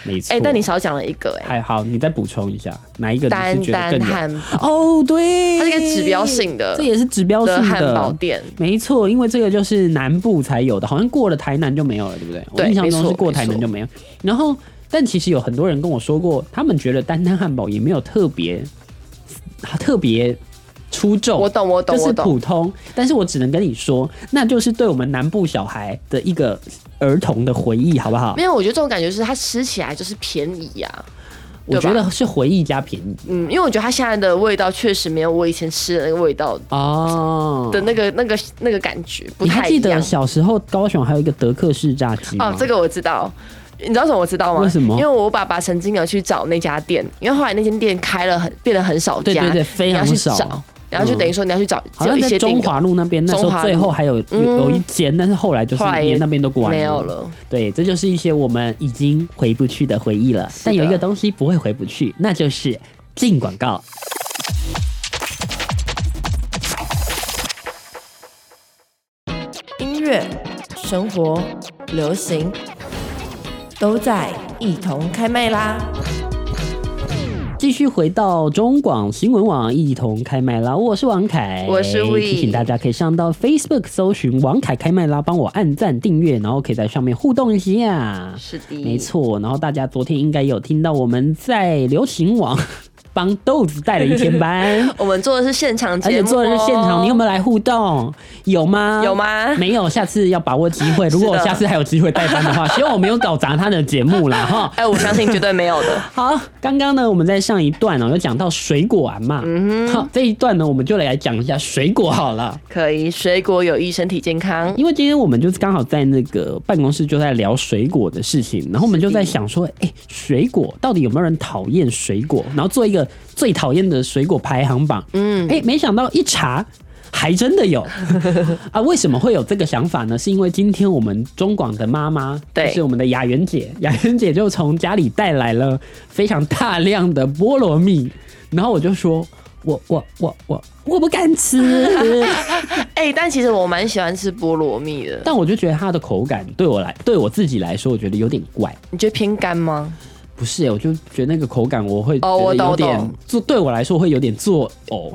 [SPEAKER 1] 没错。
[SPEAKER 2] 哎，但你少讲了一个哎，
[SPEAKER 1] 还好，你再补充一下哪一个
[SPEAKER 2] 丹
[SPEAKER 1] 你是觉得
[SPEAKER 2] 丹
[SPEAKER 1] 更有
[SPEAKER 2] 汉
[SPEAKER 1] 哦，对，
[SPEAKER 2] 它是一个指标性的
[SPEAKER 1] 这也是指标性
[SPEAKER 2] 的
[SPEAKER 1] 的
[SPEAKER 2] 汉堡。店，
[SPEAKER 1] 没错，因为这个就是南部才有的，好像过了台南就没有了，对不对？
[SPEAKER 2] 对
[SPEAKER 1] 我印象中
[SPEAKER 2] 没
[SPEAKER 1] 是
[SPEAKER 2] 错
[SPEAKER 1] 过台南就没有。然后，但其实有很多人跟我说过，他们觉得丹丹汉堡也没有特别特别出众，
[SPEAKER 2] 我懂我懂
[SPEAKER 1] 哦就是
[SPEAKER 2] 我懂，
[SPEAKER 1] 普通。但是我只能跟你说，那就是对我们南部小孩的一个儿童的回忆，好不好
[SPEAKER 2] 没？有，我觉得这种感觉是它吃起来就是便宜呀、
[SPEAKER 1] 我
[SPEAKER 2] 对吧
[SPEAKER 1] 觉得是回忆加便宜
[SPEAKER 2] 嗯，因为我觉得它现在的味道确实没有我以前吃的那个味道
[SPEAKER 1] 哦。
[SPEAKER 2] 的那个、那个那个感觉不
[SPEAKER 1] 你
[SPEAKER 2] 太
[SPEAKER 1] 还
[SPEAKER 2] 一
[SPEAKER 1] 记
[SPEAKER 2] 样
[SPEAKER 1] 得。小时候高雄还有一个德克士炸鸡吗？
[SPEAKER 2] 哦，这个我知道。你知道什么我知道吗？
[SPEAKER 1] 为什么
[SPEAKER 2] 因为我爸爸曾经有去找那家店，因为后来那间店开了很变得很少家，
[SPEAKER 1] 对对对，非
[SPEAKER 2] 你要
[SPEAKER 1] 常
[SPEAKER 2] 去
[SPEAKER 1] 少嗯
[SPEAKER 2] 找。，然后就等于说你要去找，
[SPEAKER 1] 好
[SPEAKER 2] 只有
[SPEAKER 1] 像
[SPEAKER 2] 一
[SPEAKER 1] 在
[SPEAKER 2] 些
[SPEAKER 1] 中
[SPEAKER 2] 店有
[SPEAKER 1] 华路那边，那时
[SPEAKER 2] 中
[SPEAKER 1] 候
[SPEAKER 2] 华
[SPEAKER 1] 最后
[SPEAKER 2] 路嗯
[SPEAKER 1] 还有有有一间，但是后来就是
[SPEAKER 2] 后来
[SPEAKER 1] 连那边都关
[SPEAKER 2] 没有。了。
[SPEAKER 1] 对，这就是一些我们已经回不去的回忆了。但有一个东西不会回不去，那就是进广告。
[SPEAKER 3] 音乐、生活、流行，都在一同开麦啦！
[SPEAKER 1] 继续回到中广新闻网一同开麦啦！我是王凯，
[SPEAKER 2] 我是 We
[SPEAKER 1] 提醒大家可以上到 Facebook 搜寻王凯开麦啦，帮我按赞订阅，然后可以在上面互动一下。
[SPEAKER 2] 是的，
[SPEAKER 1] 没。错，然后大家昨天应该有听到我们在流行网 帮豆子带了一天班，
[SPEAKER 2] 我们做的是现场节
[SPEAKER 1] 而
[SPEAKER 2] 目、哦
[SPEAKER 1] 且做的是现场，你有
[SPEAKER 2] 有？
[SPEAKER 1] 没有来互动？有吗？
[SPEAKER 2] 有？吗？
[SPEAKER 1] 没有，下次要把握机会。如果我
[SPEAKER 2] 是的
[SPEAKER 1] 下次还有机会带班的 话，希望我没有搞砸他的节目啦哈。
[SPEAKER 2] 哎、我相信绝对没有 的。
[SPEAKER 1] 好，刚刚呢，我们在上一段哦，有讲到水果啊嘛，
[SPEAKER 2] 嗯
[SPEAKER 1] 好，这一段呢，我们就来讲一下水果好了。
[SPEAKER 2] 可以，水果有益身体健康。
[SPEAKER 1] 因为今天我们就是刚好在那个办公室就在聊水果的事情，然后我们就在想说，哎、水果到底有没有人讨厌水果？然后做一个最讨厌的水果排行榜。嗯，哎、没想到一查。还真 的有啊！为什么会有这个想法呢？是因为今天我们中广的妈妈，
[SPEAKER 2] 对
[SPEAKER 1] 就是我们的雅媛姐，雅媛姐就从家里带来了非常大量的菠萝蜜，然后我就说，我我我我我不敢吃，
[SPEAKER 2] 哎、但其实我蛮喜欢吃菠萝蜜的。
[SPEAKER 1] 但我就觉得它的口感对我来，对我自己来说，我觉得有点怪。
[SPEAKER 2] 你觉得偏干吗？
[SPEAKER 1] 不是、欸，我就觉得那个口感我会
[SPEAKER 2] 哦
[SPEAKER 1] 觉
[SPEAKER 2] 我
[SPEAKER 1] 得
[SPEAKER 2] 懂
[SPEAKER 1] 有点
[SPEAKER 2] 我懂
[SPEAKER 1] 做，对我来说会有点作呕。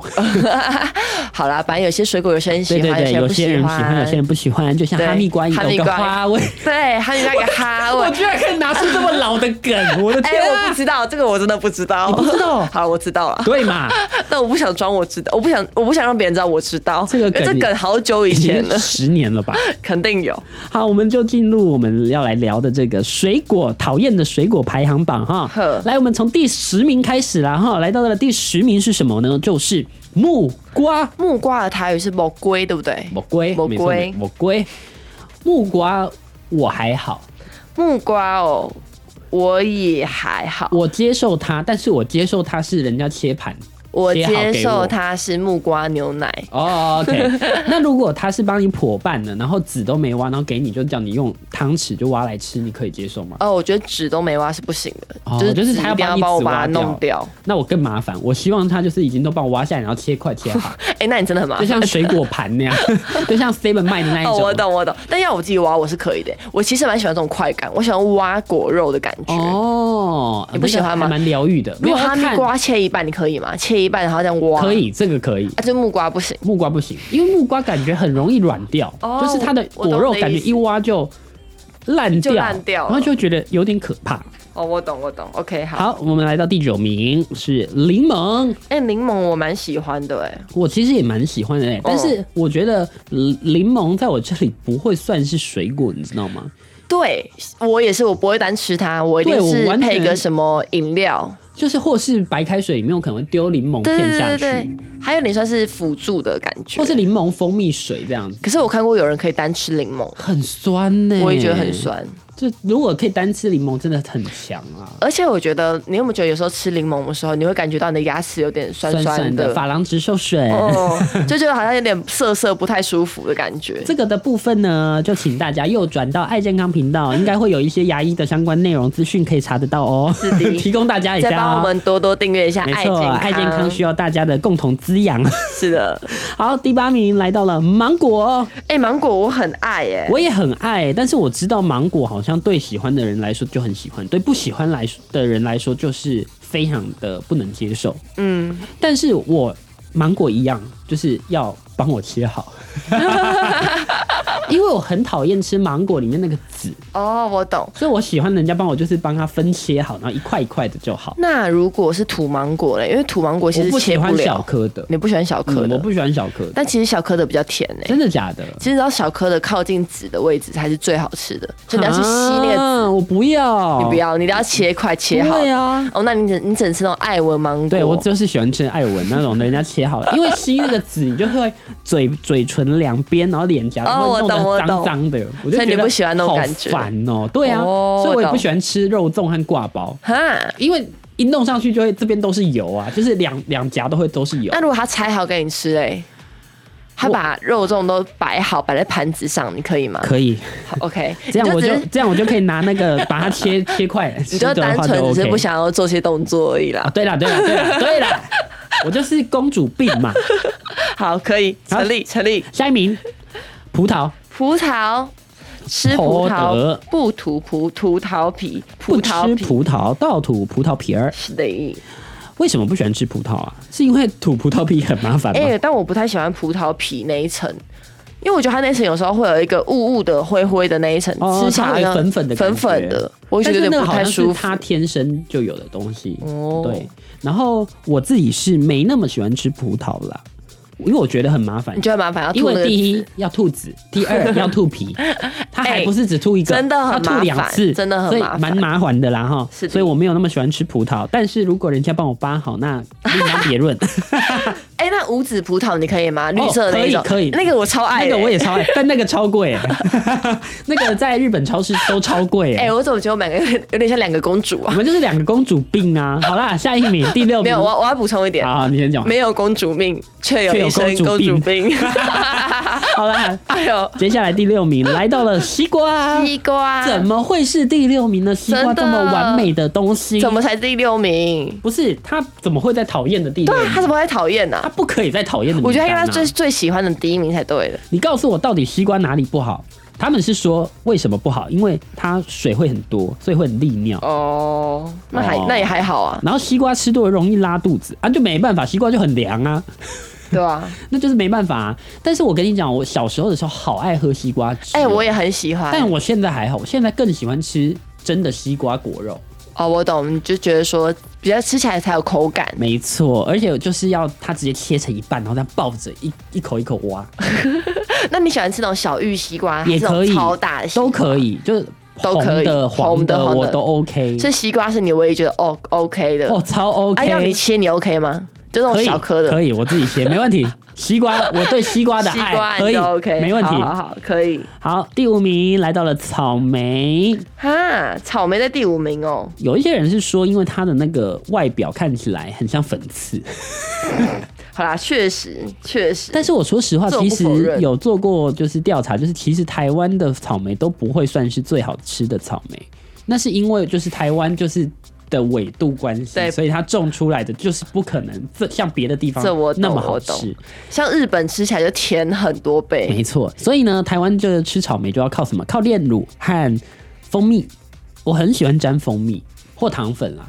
[SPEAKER 2] 好啦，反正有些水果有些人 喜
[SPEAKER 1] 对
[SPEAKER 2] 欢，
[SPEAKER 1] 对对，有
[SPEAKER 2] 有
[SPEAKER 1] 些人
[SPEAKER 2] 人
[SPEAKER 1] 喜
[SPEAKER 2] 不
[SPEAKER 1] 欢，有些人不喜欢，就像
[SPEAKER 2] 对
[SPEAKER 1] 哈密瓜有
[SPEAKER 2] 哈密
[SPEAKER 1] 个
[SPEAKER 2] 瓜
[SPEAKER 1] 花味。
[SPEAKER 2] 对，他就那个哈
[SPEAKER 1] 我
[SPEAKER 2] 味。
[SPEAKER 1] 居然可以拿出这么老的梗，我的
[SPEAKER 2] 哎、
[SPEAKER 1] 天
[SPEAKER 2] 我
[SPEAKER 1] 啊！
[SPEAKER 2] 不知道这个，我真的不知道。
[SPEAKER 1] 不知道
[SPEAKER 2] 好，我知道了。
[SPEAKER 1] 对嘛，
[SPEAKER 2] 但我不想装我知道，我不想，我不想让别人知道我知道。
[SPEAKER 1] 这个
[SPEAKER 2] 因为
[SPEAKER 1] 梗
[SPEAKER 2] 这梗好久以
[SPEAKER 1] 已
[SPEAKER 2] 前
[SPEAKER 1] 经
[SPEAKER 2] 了，
[SPEAKER 1] 十年了吧？
[SPEAKER 2] 肯定有。
[SPEAKER 1] 好，我们就进入我们要来聊的这个水果讨厌的水果排行榜哈
[SPEAKER 2] 呵。
[SPEAKER 1] 来，我们从第十名开始啦哈。来到了第十名是什么呢？就是木瓜。
[SPEAKER 2] 木瓜的台语是木龟，对不对？
[SPEAKER 1] 木瓜，
[SPEAKER 2] 木瓜
[SPEAKER 1] 没错没木瓜，木瓜我还好，
[SPEAKER 2] 木瓜哦，我也还好，
[SPEAKER 1] 我接受它，但是我接受它是人家切盘。
[SPEAKER 2] 我
[SPEAKER 1] 切好给
[SPEAKER 2] 接受
[SPEAKER 1] 我
[SPEAKER 2] 它是木瓜牛奶。
[SPEAKER 1] 哦、o k 那如果他是帮你破半的，然后籽都没挖，然后给你就叫你用汤匙就挖来吃，你可以接受吗？
[SPEAKER 2] 哦，我觉得纸都没挖是不行的，
[SPEAKER 1] 哦
[SPEAKER 2] 就是
[SPEAKER 1] 就是
[SPEAKER 2] 纸
[SPEAKER 1] 它要
[SPEAKER 2] 一定要
[SPEAKER 1] 帮你
[SPEAKER 2] 帮我
[SPEAKER 1] 纸
[SPEAKER 2] 把
[SPEAKER 1] 挖
[SPEAKER 2] 它弄
[SPEAKER 1] 掉
[SPEAKER 2] 掉。
[SPEAKER 1] 那我更麻烦，我希望他就是已经都帮我挖下来，然后切块切 好，
[SPEAKER 2] 哎、那你真的很麻
[SPEAKER 1] 就
[SPEAKER 2] 烦。
[SPEAKER 1] 像水果盘那样， 就像 Seven 卖的那一种。
[SPEAKER 2] 哦，我懂我懂，但要我自己挖我是可以的。我其实蛮喜欢这种快感，我喜欢挖果肉的感觉。
[SPEAKER 1] 哦，
[SPEAKER 2] 你不喜欢
[SPEAKER 1] 那个
[SPEAKER 2] 吗
[SPEAKER 1] 还蛮疗愈的。
[SPEAKER 2] 如果哈密
[SPEAKER 1] 没有要
[SPEAKER 2] 瓜切一半，你可以吗？切一半然后这样挖，
[SPEAKER 1] 看可。以，这个可以。
[SPEAKER 2] 啊，这木瓜不行。
[SPEAKER 1] 木瓜不行，因为木瓜感觉很容易软掉，
[SPEAKER 2] 哦
[SPEAKER 1] 就是它的
[SPEAKER 2] 我懂
[SPEAKER 1] 果肉
[SPEAKER 2] 你的
[SPEAKER 1] 感觉
[SPEAKER 2] 意思
[SPEAKER 1] 一挖就烂掉，
[SPEAKER 2] 就烂掉了
[SPEAKER 1] 然后就觉得有点可怕。
[SPEAKER 2] 哦，我懂我懂。OK，好。
[SPEAKER 1] 好，我们来到第九名是柠檬，
[SPEAKER 2] 哎、柠檬我蛮喜欢的哎、
[SPEAKER 1] 我其实也蛮喜欢的、
[SPEAKER 2] 哦
[SPEAKER 1] 欸，但是我觉得柠柠檬在我这里不会算是水果，你知道吗？
[SPEAKER 2] 对我也是，我不会单吃它，我一定
[SPEAKER 1] 对我
[SPEAKER 2] 是
[SPEAKER 1] 完全
[SPEAKER 2] 配个什么饮料。
[SPEAKER 1] 就是或是白开水里面我可能会丢柠檬
[SPEAKER 2] 对
[SPEAKER 1] 片
[SPEAKER 2] 对
[SPEAKER 1] 下
[SPEAKER 2] 对对
[SPEAKER 1] 去，
[SPEAKER 2] 对，还有点算是辅助的感觉。
[SPEAKER 1] 或是柠檬蜂蜜水这样子，
[SPEAKER 2] 可是我看过有人可以单吃柠檬，
[SPEAKER 1] 很酸呢、
[SPEAKER 2] 我也觉得很。酸。
[SPEAKER 1] 就如果可以单吃柠檬，真的很强啊。
[SPEAKER 2] 而且我觉得，你有没有觉得有时候吃柠檬的时候，你会感觉到你的牙齿有点酸
[SPEAKER 1] 酸
[SPEAKER 2] 酸的？
[SPEAKER 1] 珐琅质受水。
[SPEAKER 2] 哦，就觉得好像有点涩涩、不太舒服的感觉。
[SPEAKER 1] 这个的部分呢，就请大家右转到爱健康频道，应该会有一些牙医的相关内容资讯可以查得到哦。
[SPEAKER 2] 是的
[SPEAKER 1] 提供大家一
[SPEAKER 2] 再
[SPEAKER 1] 下
[SPEAKER 2] 帮我
[SPEAKER 1] 哦。
[SPEAKER 2] 们多多订阅一下
[SPEAKER 1] 没
[SPEAKER 2] 爱健
[SPEAKER 1] 错，
[SPEAKER 2] 康，
[SPEAKER 1] 爱健康需要大家的共同滋养。
[SPEAKER 2] 是的。
[SPEAKER 1] 好，第八名来到了芒果，
[SPEAKER 2] 哎、芒果我很爱哎耶、
[SPEAKER 1] 我也很爱，但是我知道芒果好像对喜欢的人来说就很喜欢，对不喜欢来说的人来说就是非常的不能接受。
[SPEAKER 2] 嗯，
[SPEAKER 1] 但是我芒果一样，就是要帮我切 好，因为我很讨厌吃芒果里面那个籽，
[SPEAKER 2] 哦，我懂。
[SPEAKER 1] 所以我喜欢人家帮我就是帮它分切好，然后一块一块的就好。
[SPEAKER 2] 那如果是土芒果嘞，因为土芒果其
[SPEAKER 1] 我
[SPEAKER 2] 实
[SPEAKER 1] 不
[SPEAKER 2] 切
[SPEAKER 1] 喜
[SPEAKER 2] 不
[SPEAKER 1] 欢小
[SPEAKER 2] 了，
[SPEAKER 1] 颗的，
[SPEAKER 2] 你不喜欢小颗
[SPEAKER 1] 嗯
[SPEAKER 2] 的，
[SPEAKER 1] 我不喜欢小颗的，
[SPEAKER 2] 但其实小颗的比较甜诶、
[SPEAKER 1] 真的假的？
[SPEAKER 2] 其实到小颗的靠近籽的位置才是最好吃的，就你要去吸那个籽，
[SPEAKER 1] 啊我不要，
[SPEAKER 2] 你不要，你一定要切块切好。
[SPEAKER 1] 对啊。
[SPEAKER 2] 哦，那你只你只能吃那种艾文芒果。
[SPEAKER 1] 对，我就是喜欢吃艾文那种的，人家切好了，因为吸那个籽，你就会嘴嘴唇两边，然后脸颊
[SPEAKER 2] 哦
[SPEAKER 1] 都会
[SPEAKER 2] 我
[SPEAKER 1] 弄
[SPEAKER 2] 懂我
[SPEAKER 1] 得脏
[SPEAKER 2] 懂
[SPEAKER 1] 脏的，我就
[SPEAKER 2] 所以你
[SPEAKER 1] 觉得
[SPEAKER 2] 不喜欢那种
[SPEAKER 1] 好
[SPEAKER 2] 感觉
[SPEAKER 1] 烦哦。对啊，
[SPEAKER 2] 哦
[SPEAKER 1] 所以我也不
[SPEAKER 2] 我懂
[SPEAKER 1] 喜欢吃肉粽和挂包，
[SPEAKER 2] 哈。
[SPEAKER 1] 因为一弄上去就会这边都是油啊，就是两两颊都会都是油
[SPEAKER 2] 那。如果他裁好给你吃嘞，他
[SPEAKER 1] 我
[SPEAKER 2] 把肉粽都摆好摆在盘子上，你可以吗
[SPEAKER 1] 可以，
[SPEAKER 2] 好？OK，
[SPEAKER 1] 这样我
[SPEAKER 2] 你
[SPEAKER 1] 就
[SPEAKER 2] 只是
[SPEAKER 1] 这样我就可以拿那个把它切切块，
[SPEAKER 2] 你
[SPEAKER 1] 吃
[SPEAKER 2] 就
[SPEAKER 1] 的
[SPEAKER 2] 单
[SPEAKER 1] 话
[SPEAKER 2] 纯只是
[SPEAKER 1] OK
[SPEAKER 2] 不。想要做些动作而已
[SPEAKER 1] 啊，
[SPEAKER 2] 啦。
[SPEAKER 1] 对啦对啦对 啦对啦，我就是公主病嘛。
[SPEAKER 2] 好，可以
[SPEAKER 1] 好
[SPEAKER 2] 成立成立。
[SPEAKER 1] 下一名，葡萄
[SPEAKER 2] 葡萄，吃葡
[SPEAKER 1] 葡
[SPEAKER 2] 萄
[SPEAKER 1] 萄
[SPEAKER 2] 不吐葡葡萄皮，
[SPEAKER 1] 不
[SPEAKER 2] 葡
[SPEAKER 1] 吃
[SPEAKER 2] 萄皮
[SPEAKER 1] 葡萄倒吐葡萄皮儿。
[SPEAKER 2] 是的。
[SPEAKER 1] 为什么不喜欢吃葡萄啊？是因为吐葡萄皮很麻烦吗？
[SPEAKER 2] 哎、但我不太喜欢葡萄皮那一层，因为我觉得它那一层有时候会有一个雾雾的、灰灰的那一层，
[SPEAKER 1] 哦
[SPEAKER 2] 吃起来
[SPEAKER 1] 稍微
[SPEAKER 2] 好像
[SPEAKER 1] 粉粉的感
[SPEAKER 2] 粉粉
[SPEAKER 1] 觉
[SPEAKER 2] 的，我觉
[SPEAKER 1] 但
[SPEAKER 2] 得
[SPEAKER 1] 是
[SPEAKER 2] 有
[SPEAKER 1] 那
[SPEAKER 2] 点
[SPEAKER 1] 个
[SPEAKER 2] 不
[SPEAKER 1] 好
[SPEAKER 2] 太
[SPEAKER 1] 像
[SPEAKER 2] 舒
[SPEAKER 1] 是
[SPEAKER 2] 服
[SPEAKER 1] 他。天生就有的东西。
[SPEAKER 2] 哦
[SPEAKER 1] 对。然后我自己是没那么喜欢吃葡萄啦，因为我觉得很麻烦
[SPEAKER 2] 你。觉得麻烦要
[SPEAKER 1] 因
[SPEAKER 2] 吐那
[SPEAKER 1] 为
[SPEAKER 2] 个
[SPEAKER 1] 第一要吐籽，第 二要吐皮，它还
[SPEAKER 2] 哎
[SPEAKER 1] 不是只吐一个，
[SPEAKER 2] 真的
[SPEAKER 1] 它
[SPEAKER 2] 很麻
[SPEAKER 1] 吐
[SPEAKER 2] 烦
[SPEAKER 1] 两次，
[SPEAKER 2] 真的很
[SPEAKER 1] 所以
[SPEAKER 2] 麻烦
[SPEAKER 1] 蛮麻烦的啦哈。
[SPEAKER 2] 是的
[SPEAKER 1] 所以我没有那么喜欢吃葡萄，但是如果人家帮我扒好，那另当别论。
[SPEAKER 2] 哎、那五指葡萄你可以吗？绿色的那一种，
[SPEAKER 1] 哦可以可以
[SPEAKER 2] 那个我超爱、
[SPEAKER 1] 那
[SPEAKER 2] 欸，
[SPEAKER 1] 个我也。超 爱，但那个超贵 欸，那个在日本超市都超贵
[SPEAKER 2] 哎、
[SPEAKER 1] 哎。
[SPEAKER 2] 我怎么觉得我们两个有 点有点像两个公主
[SPEAKER 1] 我
[SPEAKER 2] 啊？
[SPEAKER 1] 们就是两个公主病啊！好啦，下一 名第六名，
[SPEAKER 2] 没有，我我要补充一点，
[SPEAKER 1] 好，你先讲。
[SPEAKER 2] 没有公主命，却有
[SPEAKER 1] 啊却有
[SPEAKER 2] 一身
[SPEAKER 1] 公主
[SPEAKER 2] 公主
[SPEAKER 1] 病
[SPEAKER 2] 病。
[SPEAKER 1] 好啦，
[SPEAKER 2] 哎呦，
[SPEAKER 1] 接下来第六名来到了西瓜，
[SPEAKER 2] 西瓜
[SPEAKER 1] 怎么会是第六名呢？西瓜
[SPEAKER 2] 真的
[SPEAKER 1] 这么完美的东西，
[SPEAKER 2] 怎么才第六名？
[SPEAKER 1] 不是他怎么会在讨厌的第六
[SPEAKER 2] 对啊，他
[SPEAKER 1] 名？
[SPEAKER 2] 怎么会讨厌呢
[SPEAKER 1] 他？不可以在讨厌的名单啊。
[SPEAKER 2] 我觉得他应该是最最喜欢的第一名才对的。
[SPEAKER 1] 你告诉我到底西瓜哪里不好？他们是说为什么不好？因为它水会很多，所以会很利尿。
[SPEAKER 2] 哦，那还
[SPEAKER 1] 哦
[SPEAKER 2] 那也还好啊，
[SPEAKER 1] 然后西瓜吃多了容易拉肚子啊，就没办法，西瓜就很凉啊，
[SPEAKER 2] 对吧？
[SPEAKER 1] 那就是没办法、啊。但是我跟你讲，我小时候的时候好爱喝西瓜汁，哦
[SPEAKER 2] 哎，我，也很喜欢。
[SPEAKER 1] 但我现在还好，我现在更喜欢吃真的西瓜果肉。
[SPEAKER 2] 哦，我懂，你就觉得说比较吃起来才有口感。
[SPEAKER 1] 没错，而且就是要它直接切成一半，然后这样抱着一一口一口挖，
[SPEAKER 2] 啊那你喜欢吃那种小玉西瓜，还
[SPEAKER 1] 也
[SPEAKER 2] 是那
[SPEAKER 1] 可
[SPEAKER 2] 种
[SPEAKER 1] 以，
[SPEAKER 2] 超大的西瓜
[SPEAKER 1] 都可。以，就是
[SPEAKER 2] 都可
[SPEAKER 1] 红
[SPEAKER 2] 以
[SPEAKER 1] 的、
[SPEAKER 2] 红
[SPEAKER 1] 黄
[SPEAKER 2] 的
[SPEAKER 1] 的
[SPEAKER 2] 黄的
[SPEAKER 1] 我都 OK。
[SPEAKER 2] 所以西瓜是你唯一觉得哦 OK 的。
[SPEAKER 1] 哦，超
[SPEAKER 2] 哎，要你
[SPEAKER 1] OK，
[SPEAKER 2] 切你 OK 吗？就那
[SPEAKER 1] 可
[SPEAKER 2] 种
[SPEAKER 1] 以
[SPEAKER 2] 小颗的
[SPEAKER 1] 可以，我自己切，没 问题。西瓜，我对西瓜的
[SPEAKER 2] 西
[SPEAKER 1] 爱
[SPEAKER 2] 瓜
[SPEAKER 1] 可
[SPEAKER 2] 你
[SPEAKER 1] 以
[SPEAKER 2] 都 OK，
[SPEAKER 1] 没问题
[SPEAKER 2] 好。好好，可以。
[SPEAKER 1] 好，第五名来到了草莓。
[SPEAKER 2] 哈，草莓在第五名哦，
[SPEAKER 1] 有一些人是说，因为它的那个外表看起来很像粉刺，
[SPEAKER 2] 好啦，确实确实，
[SPEAKER 1] 但是我说实话，
[SPEAKER 2] 这我不
[SPEAKER 1] 其
[SPEAKER 2] 否
[SPEAKER 1] 实
[SPEAKER 2] 认
[SPEAKER 1] 有做过就是调查，就是其实台湾的草莓都不会算是最好吃的草莓，那是因为就是台湾就是。的纬度关系
[SPEAKER 2] 对，
[SPEAKER 1] 所以它种出来的就是不可能这像别的地方
[SPEAKER 2] 这我懂
[SPEAKER 1] 那么好
[SPEAKER 2] 我懂
[SPEAKER 1] 吃，
[SPEAKER 2] 像日本吃起来就甜很多倍。
[SPEAKER 1] 没错。所以呢，台湾这吃草莓就要靠什么？靠炼乳和蜂蜜。我很喜欢沾蜂蜜或糖粉啦。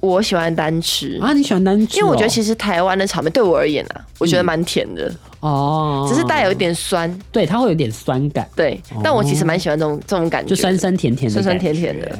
[SPEAKER 2] 我喜欢单吃，
[SPEAKER 1] 啊，你喜欢单吃、
[SPEAKER 2] 嗯因为我觉得
[SPEAKER 1] 实
[SPEAKER 2] 其实台湾的草莓对我而言啊，我觉得蛮甜的，
[SPEAKER 1] 哦，
[SPEAKER 2] 只是带有一点酸。
[SPEAKER 1] 对它会有点酸感，
[SPEAKER 2] 对，但我其实蛮喜欢这种这种感觉，
[SPEAKER 1] 哦就酸酸甜甜的，哎
[SPEAKER 2] 酸酸甜。甜的。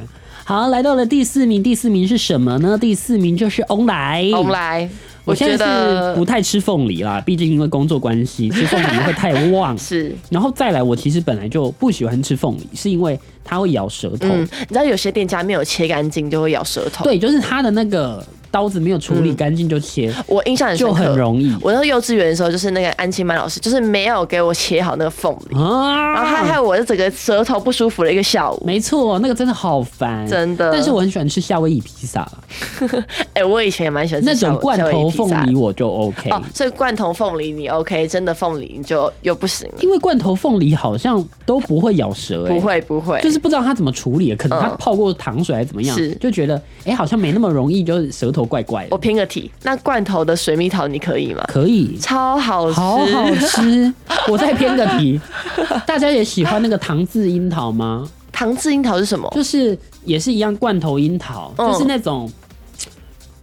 [SPEAKER 1] 好，来到了第四名，第四名是什么呢？第四名就是翁来，
[SPEAKER 2] 我们。来，
[SPEAKER 1] 我
[SPEAKER 2] 我觉
[SPEAKER 1] 现在
[SPEAKER 2] 得。
[SPEAKER 1] 是不太吃凤梨啦，毕竟因为工作关系，吃凤梨会太旺
[SPEAKER 2] 是，
[SPEAKER 1] 然后再来，我其实本来就不喜欢吃凤梨，是因为它会咬舌头。
[SPEAKER 2] 嗯，你知道有些店家没有切干净就会咬舌头，
[SPEAKER 1] 对，就是它的那个刀子没有处理干净就切，
[SPEAKER 2] 我印象很深
[SPEAKER 1] 就
[SPEAKER 2] 刻
[SPEAKER 1] 很容易
[SPEAKER 2] 我那时候幼稚园的时候，就是那个安亲班老师，就是没有给我切好那个凤梨，然后害
[SPEAKER 1] 啊。
[SPEAKER 2] 害我的整个舌头不舒服了一个下午。
[SPEAKER 1] 没错，那个真的好烦，
[SPEAKER 2] 真的
[SPEAKER 1] 但是我很喜欢吃夏威夷披萨啦，
[SPEAKER 2] 哎、我以前也蛮喜欢吃
[SPEAKER 1] 那
[SPEAKER 2] 夏
[SPEAKER 1] 种
[SPEAKER 2] 威
[SPEAKER 1] 罐
[SPEAKER 2] 夏威夷
[SPEAKER 1] 头
[SPEAKER 2] 披萨
[SPEAKER 1] 凤
[SPEAKER 2] 的
[SPEAKER 1] 梨我就 OK。
[SPEAKER 2] 哦，所以罐头凤梨你 OK，真的凤梨你就又不行了，
[SPEAKER 1] 因为罐头凤梨好像都不会咬舌、欸，
[SPEAKER 2] 不会不会，
[SPEAKER 1] 就是不知道它怎么处理，可能它
[SPEAKER 2] 嗯
[SPEAKER 1] 泡过糖水还是怎么样，
[SPEAKER 2] 是
[SPEAKER 1] 就觉得哎、诶好像没那么容易，就是舌头怪怪
[SPEAKER 2] 我
[SPEAKER 1] 的。
[SPEAKER 2] 拼个题，那罐头的水蜜桃你可以吗？
[SPEAKER 1] 可以，
[SPEAKER 2] 超好吃，
[SPEAKER 1] 好好吃。我再偏个 题，大家也喜欢那个糖渍樱桃吗？
[SPEAKER 2] 糖制樱桃是什么？
[SPEAKER 1] 就是也是一样罐头樱桃，
[SPEAKER 2] 嗯
[SPEAKER 1] 就是那种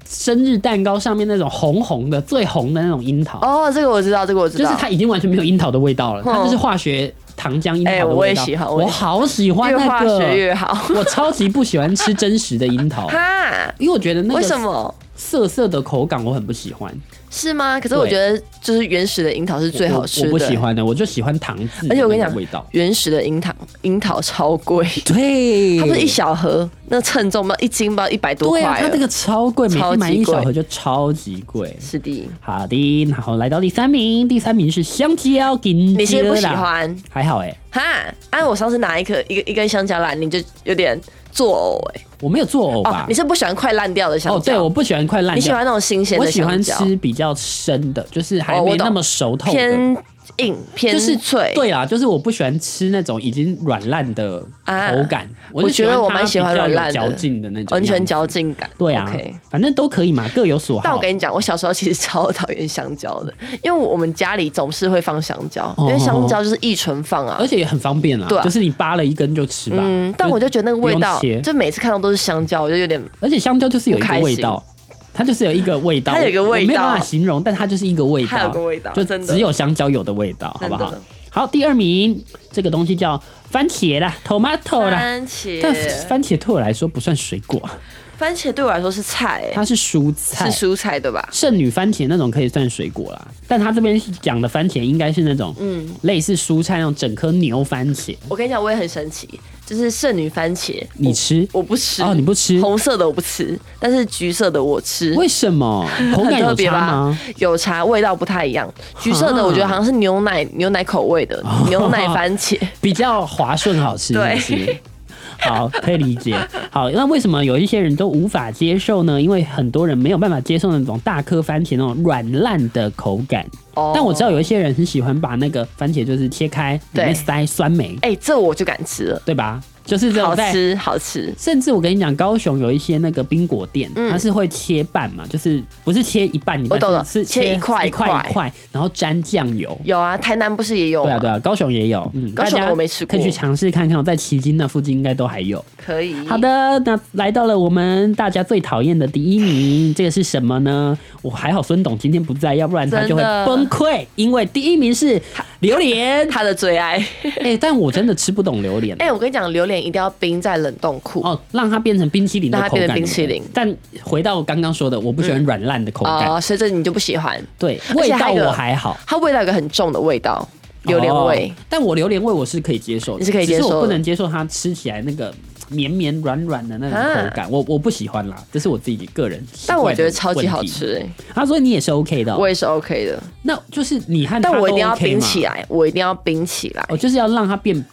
[SPEAKER 1] 生日蛋糕上面那种红红的、最红的那种樱桃，
[SPEAKER 2] 哦，这个我知道，这个我知
[SPEAKER 1] 就
[SPEAKER 2] 道，嗯
[SPEAKER 1] 是它已经完全没有樱桃的味道了，它就是化学糖浆樱
[SPEAKER 2] 哎
[SPEAKER 1] 桃的
[SPEAKER 2] 我也
[SPEAKER 1] 味道。
[SPEAKER 2] 喜欢我也
[SPEAKER 1] 我好喜欢
[SPEAKER 2] 越
[SPEAKER 1] 那
[SPEAKER 2] 化
[SPEAKER 1] 个。
[SPEAKER 2] 学越好。，
[SPEAKER 1] 我超级不喜欢吃真实的樱桃
[SPEAKER 2] 哈，
[SPEAKER 1] 因为我觉得那
[SPEAKER 2] 为什
[SPEAKER 1] 个
[SPEAKER 2] 么？
[SPEAKER 1] 涩涩的口感我很不喜欢，
[SPEAKER 2] 是吗？可是我
[SPEAKER 1] 对
[SPEAKER 2] 觉得就是原始的樱桃是最好吃的，
[SPEAKER 1] 我我不喜欢的，我就喜欢糖渍，
[SPEAKER 2] 而且我跟你讲
[SPEAKER 1] 味道，嗯
[SPEAKER 2] 原始的樱桃，樱桃超贵，
[SPEAKER 1] 对，
[SPEAKER 2] 它不是一小盒，那称重吧，一斤吧一百多块
[SPEAKER 1] 对
[SPEAKER 2] 了。
[SPEAKER 1] 啊，它这个超贵，每
[SPEAKER 2] 超
[SPEAKER 1] 次
[SPEAKER 2] 级
[SPEAKER 1] 买一小
[SPEAKER 2] 贵
[SPEAKER 1] 盒就超级贵。
[SPEAKER 2] 是的，
[SPEAKER 1] 好的，然后来到第三名，第三名是香蕉金
[SPEAKER 2] 你是不是不喜欢
[SPEAKER 1] 还好哎、
[SPEAKER 2] 哈？啊，我上次拿一颗一个一根香蕉来，你就有点作呕哎、
[SPEAKER 1] 我没有作呕
[SPEAKER 2] 哦
[SPEAKER 1] 吧，
[SPEAKER 2] 你？是不喜欢快烂掉的香
[SPEAKER 1] 哦，
[SPEAKER 2] 蕉？
[SPEAKER 1] 对，我不喜欢快烂
[SPEAKER 2] 你喜
[SPEAKER 1] 掉，
[SPEAKER 2] 欢那种新鲜
[SPEAKER 1] 我
[SPEAKER 2] 的
[SPEAKER 1] 喜
[SPEAKER 2] 香
[SPEAKER 1] 欢
[SPEAKER 2] 蕉，
[SPEAKER 1] 吃比较生的，就是
[SPEAKER 2] 哦
[SPEAKER 1] 还
[SPEAKER 2] 我
[SPEAKER 1] 没
[SPEAKER 2] 懂
[SPEAKER 1] 那么熟透的。
[SPEAKER 2] 偏硬偏
[SPEAKER 1] 就是
[SPEAKER 2] 脆。，
[SPEAKER 1] 对啦，就是我不喜欢吃那种已经软烂的
[SPEAKER 2] 啊
[SPEAKER 1] 口感，
[SPEAKER 2] 我
[SPEAKER 1] 就
[SPEAKER 2] 觉得我蛮喜欢
[SPEAKER 1] 它比较
[SPEAKER 2] 软
[SPEAKER 1] 有
[SPEAKER 2] 烂的
[SPEAKER 1] 嚼劲的那种，
[SPEAKER 2] 完全。嚼劲感。
[SPEAKER 1] 对啊
[SPEAKER 2] OK
[SPEAKER 1] 反正都可以嘛，各有所
[SPEAKER 2] 但
[SPEAKER 1] 好
[SPEAKER 2] 我。跟你讲，我小时候其实超讨厌香蕉的，因为我们家里总是会放香蕉，因为香蕉就是易存放啊
[SPEAKER 1] 哦而。且也很方便啦，
[SPEAKER 2] 对啊
[SPEAKER 1] 就是你扒了一根就吃吧。
[SPEAKER 2] 嗯，但我就觉得那个味道
[SPEAKER 1] 不用切，
[SPEAKER 2] 就每次看到都是香蕉，我就有点
[SPEAKER 1] 而且香蕉就是有一
[SPEAKER 2] 不开
[SPEAKER 1] 个
[SPEAKER 2] 心
[SPEAKER 1] 味道，它就是有一个味道，
[SPEAKER 2] 它有一个
[SPEAKER 1] 我
[SPEAKER 2] 味道
[SPEAKER 1] 我没有办法形容，但它就是一个味道，
[SPEAKER 2] 它有个味道
[SPEAKER 1] 就
[SPEAKER 2] 真的
[SPEAKER 1] 只有香蕉有的味道，好
[SPEAKER 2] 真
[SPEAKER 1] 不
[SPEAKER 2] 的
[SPEAKER 1] 好？好，第二名这个东西叫番茄啦，tomato 啦。
[SPEAKER 2] 番茄
[SPEAKER 1] 哦但番茄对我来说不算水果，
[SPEAKER 2] 番茄对我来说是菜、欸，
[SPEAKER 1] 它是蔬菜，
[SPEAKER 2] 是蔬菜对吧？
[SPEAKER 1] 剩女番茄那种可以算水果啦，但他这边讲的番茄应该是那种，嗯，类似蔬菜那种整颗牛番茄，
[SPEAKER 2] 我跟你讲，我也很神奇，就是剩女番茄，
[SPEAKER 1] 你吃？
[SPEAKER 2] 我不吃
[SPEAKER 1] 哦，你不吃？
[SPEAKER 2] 红色的我不吃，但是橘色的我吃。
[SPEAKER 1] 为什 么？口
[SPEAKER 2] 很
[SPEAKER 1] 感
[SPEAKER 2] 特
[SPEAKER 1] 有
[SPEAKER 2] 别
[SPEAKER 1] 差
[SPEAKER 2] 吧
[SPEAKER 1] 吗？？
[SPEAKER 2] 有茶，味道不太一样。橘色
[SPEAKER 1] 啊
[SPEAKER 2] 的
[SPEAKER 1] 哦
[SPEAKER 2] 我觉得好像是牛奶牛奶口味的牛奶番茄，
[SPEAKER 1] 比较滑顺好吃，
[SPEAKER 2] 对
[SPEAKER 1] 是不是。 好，可以理解。好，那为什么有一些人都无法接受呢？因为很多人没有办法接受那种大颗番茄那种软烂的口感。
[SPEAKER 2] 哦
[SPEAKER 1] 但我知道有一些人很喜欢把那个番茄就是切开，里
[SPEAKER 2] 对
[SPEAKER 1] 面塞酸梅，
[SPEAKER 2] 哎、这我就敢吃了。
[SPEAKER 1] 对吧？就是这种
[SPEAKER 2] 好
[SPEAKER 1] 在
[SPEAKER 2] 吃好吃，
[SPEAKER 1] 甚至我跟你讲，高雄有一些那个冰果店，它是会切半嘛，就是不是切一半一半，
[SPEAKER 2] 嗯我懂了
[SPEAKER 1] 是
[SPEAKER 2] 切一块
[SPEAKER 1] 一
[SPEAKER 2] 一块
[SPEAKER 1] 块一块，然后沾酱油。
[SPEAKER 2] 有啊，台南不是也有
[SPEAKER 1] 对啊
[SPEAKER 2] 吗？
[SPEAKER 1] 对啊，高雄也有，嗯，
[SPEAKER 2] 高雄的
[SPEAKER 1] 大家
[SPEAKER 2] 我没吃过
[SPEAKER 1] 可以去尝试看看哦，在旗津那附近应该都还有。
[SPEAKER 2] 可以。
[SPEAKER 1] 好，的，那来到了我们大家最讨厌的第一名，这个是什么呢？我还好孙董今天不在，要不然他就
[SPEAKER 2] 真
[SPEAKER 1] 会
[SPEAKER 2] 的
[SPEAKER 1] 崩溃，因为第一名是榴 莲。
[SPEAKER 2] 他的最爱。
[SPEAKER 1] 哎、但我真的吃不懂榴莲。
[SPEAKER 2] 哎、我跟你讲，榴莲一定要冰在冷冻库。
[SPEAKER 1] 哦，让它变成冰淇淋的
[SPEAKER 2] 让它
[SPEAKER 1] 口感。
[SPEAKER 2] 变成冰淇淋
[SPEAKER 1] 但回到我刚刚说的，我不喜欢软烂的口感。
[SPEAKER 2] 哦，所以这你就不喜欢。
[SPEAKER 1] 对，
[SPEAKER 2] 而
[SPEAKER 1] 味
[SPEAKER 2] 且
[SPEAKER 1] 道
[SPEAKER 2] 还有一个
[SPEAKER 1] 我还好。
[SPEAKER 2] 它味道有一个很重的味道，榴莲味。
[SPEAKER 1] 哦但我榴莲味我是可以接受的，
[SPEAKER 2] 你是可以接受的
[SPEAKER 1] 只是我不能接受它吃起来那个绵绵软软的那种
[SPEAKER 2] 啊
[SPEAKER 1] 口感，我我不喜欢啦，这是我自己个人。
[SPEAKER 2] 但我觉得超级好。吃、哎，
[SPEAKER 1] 他啊说你也是 OK 的哦、
[SPEAKER 2] 我也是 OK 的，
[SPEAKER 1] 那就是你和他
[SPEAKER 2] 但我一
[SPEAKER 1] 都
[SPEAKER 2] 定要
[SPEAKER 1] OK
[SPEAKER 2] 冰
[SPEAKER 1] 嘛哦
[SPEAKER 2] 起，来，我一定要冰起来，
[SPEAKER 1] 我就是要让它变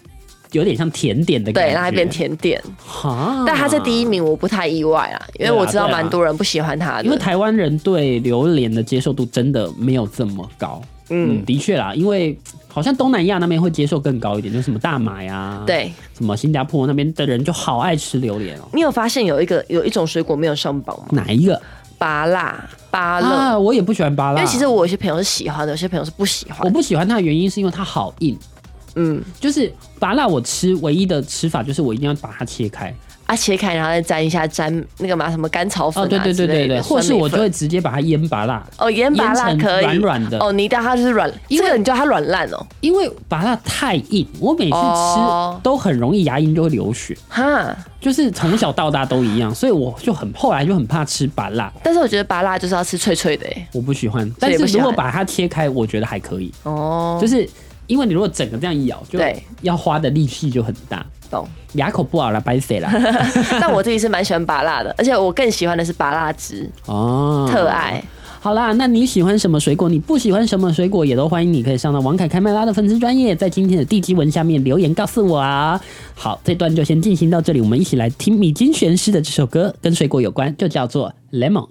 [SPEAKER 1] 有点像甜点的感觉，
[SPEAKER 2] 对，让它变。甜点。
[SPEAKER 1] 哈，
[SPEAKER 2] 但它在第一，名，我不太意外啊，因为
[SPEAKER 1] 嗯对啊
[SPEAKER 2] 我知道
[SPEAKER 1] 对啊
[SPEAKER 2] 蛮多人不喜欢它的，
[SPEAKER 1] 因为台湾人对榴莲的接受度真的没有这么高。嗯，
[SPEAKER 2] 嗯，
[SPEAKER 1] 的确啦，因为好像东南亚那边会接受更高一点，就是什么大马呀，，
[SPEAKER 2] 对。
[SPEAKER 1] 什么新加坡那边的人就好爱吃榴莲哦、
[SPEAKER 2] 你有发现有一个有一种水果没有上榜吗？
[SPEAKER 1] 哪一个
[SPEAKER 2] 芭辣、芭乐，
[SPEAKER 1] 啊？我也不喜欢芭
[SPEAKER 2] 因
[SPEAKER 1] 拉，
[SPEAKER 2] 为其实我有些朋友是喜欢的，有些朋友是不喜欢
[SPEAKER 1] 我。不喜欢它的原因是因为它好硬，
[SPEAKER 2] 嗯，
[SPEAKER 1] 就是芭拉我吃唯一的吃法就是我一定要把它切开，
[SPEAKER 2] 啊，切开然后再沾一下沾那个嘛什么甘草粉
[SPEAKER 1] 哦，
[SPEAKER 2] 啊
[SPEAKER 1] 对对对
[SPEAKER 2] 之类
[SPEAKER 1] 对
[SPEAKER 2] 的
[SPEAKER 1] 对，或是
[SPEAKER 2] 酸梅
[SPEAKER 1] 我就
[SPEAKER 2] 粉
[SPEAKER 1] 会直接把它腌芭拉，
[SPEAKER 2] 哦盐巴辣
[SPEAKER 1] 腌成
[SPEAKER 2] 可以
[SPEAKER 1] 软软的
[SPEAKER 2] 哦，你一定要它就是软，
[SPEAKER 1] 因
[SPEAKER 2] 这
[SPEAKER 1] 为
[SPEAKER 2] 个你叫它软烂哦，
[SPEAKER 1] 因为芭拉太硬，我每次
[SPEAKER 2] 哦
[SPEAKER 1] 吃都很容易牙龈就会流血，
[SPEAKER 2] 哈。
[SPEAKER 1] 就是从小到大都一样，所以我就很后来就很怕吃芭拉，
[SPEAKER 2] 但是我觉得芭辣就是要吃脆脆的哎，
[SPEAKER 1] 我不喜欢。
[SPEAKER 2] 所以
[SPEAKER 1] 但
[SPEAKER 2] 也不
[SPEAKER 1] 是
[SPEAKER 2] 喜
[SPEAKER 1] 如
[SPEAKER 2] 欢
[SPEAKER 1] 果把它切开，我觉得还可以，
[SPEAKER 2] 哦，
[SPEAKER 1] 就是因为你如果整个这样一咬，就
[SPEAKER 2] 对
[SPEAKER 1] 要花的力气就很大，
[SPEAKER 2] 懂。
[SPEAKER 1] 牙口不好了，白死啦。
[SPEAKER 2] 但我自己是蛮喜欢芭辣的，而且我更喜欢的是芭辣汁，
[SPEAKER 1] 哦，
[SPEAKER 2] 特爱。
[SPEAKER 1] 好啦，那你喜欢什么水果？你不喜欢什么水果，也都欢迎你可以上到王凯开麦拉的粉丝专业，在今天的地基文下面留言告诉我啊。好，这段就先进行到这里，我们一起来听米津玄师的这首歌，跟水果有关，就叫做《Lemon》。